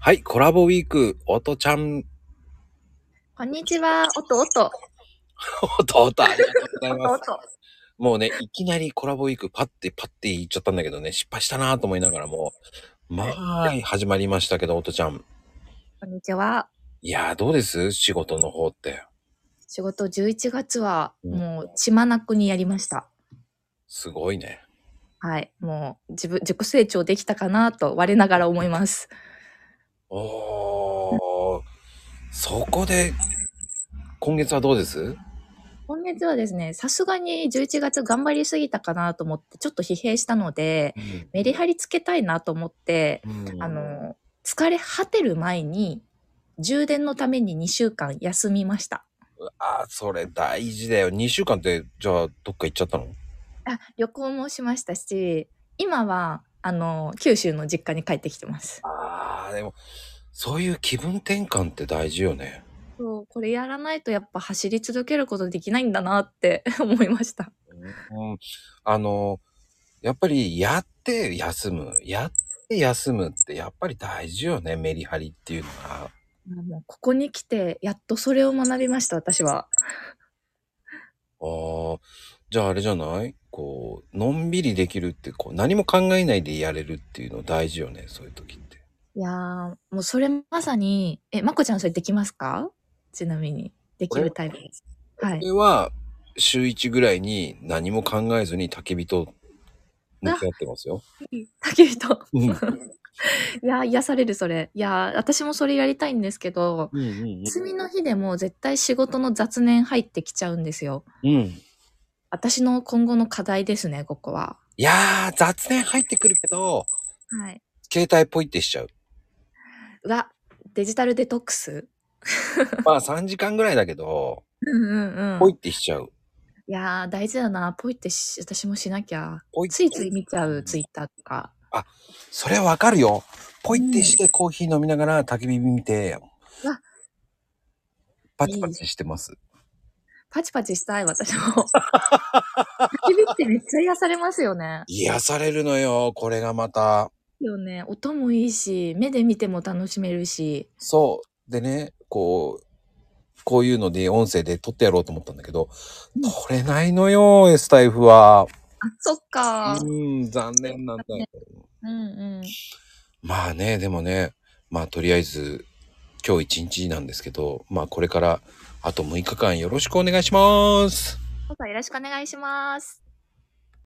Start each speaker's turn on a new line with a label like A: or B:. A: はい、コラボウィーク、おとちゃん、
B: こんにちは、おとおと。
A: おとおと、ありがとうござい
B: おと
A: ま
B: お
A: す。
B: と。
A: もうね、いきなりコラボウィーク、パッてパッて言っちゃったんだけどね、失敗したなと思いながらも、まあ、始まりましたけど、おとちゃん。
B: こんにちは。
A: いやー、どうです仕事の方って。
B: 仕事11月は、
A: うん
B: もう、血まなくにやりました。
A: すごいね。
B: はい。もう、自分、自己成長できたかなと、我ながら思います。
A: おー、そこで、今月はどうです
B: 今月はですね、さすがに11月頑張りすぎたかなと思って、ちょっと疲弊したので、メリハリつけたいなと思って、
A: うん
B: あ、の、疲れ果てる前に、充電のために2週間休みました。
A: あー、それ大事だよ。2週間って、じゃあ、どっか行っちゃったの
B: あ旅行もしましたし今はあの九州の実家に帰ってきてます
A: あー、でも、そういう気分転換って大事よね。
B: そうこれやらないとやっぱ走り続けることできないんだなって 思いました
A: うん、あのやっぱりやって休むやって休むってやっぱり大事よねメリハリっていうのが
B: もうここに来てやっとそれを学びました私は
A: あーじゃああれじゃないこうのんびりできるってこう何も考えないでやれるっていうの大事よねそういう時って
B: いやーもうそれまさにえまこちゃんそれできますかちなみにできるタイプですはい
A: これは週1ぐらいに何も考えずに焚き火と向き合ってますよ、
B: 竹人
A: うん
B: いやー癒されるそれいやー私もそれやりたいんですけど
A: うんうん
B: 休みの日でも絶対仕事の雑念入ってきちゃうんですよ
A: うんうん
B: 私の今後の課題ですね、ここは。
A: いやー雑念入ってくるけど
B: はい。
A: 携帯ポイってしちゃう
B: うわ、デジタルデトックス
A: まあ3時間ぐらいだけど
B: うんうんう
A: ポ
B: ん。
A: イっ
B: い
A: てしちゃう。
B: やー、大事だな。ポイってし私もしなきゃ。
A: ポイ
B: ついつい見ちゃう、ツイッターと か。
A: それはわかるよ。ポイってしてコーヒー飲みながら焚き火見て
B: わ。
A: パチパチしてます。
B: パチパチしたい、 私も。焚き火ってめっちゃ癒されますよね。
A: 癒されるのよ、これがまた。
B: よね。音もいいし、目で見ても楽しめるし。
A: そう。でね、こう、こういうので音声で撮ってやろうと思ったんだけど、
B: うん
A: 撮れないのよ、S タイフは。
B: あ、そっか。
A: うん、残念なんだよ。
B: うんうん。
A: まあね、でもね、まあとりあえず、今日一日なんですけど、まあこれから、あと6日間よろしくお願いします。
B: 今回よろしくお願いします。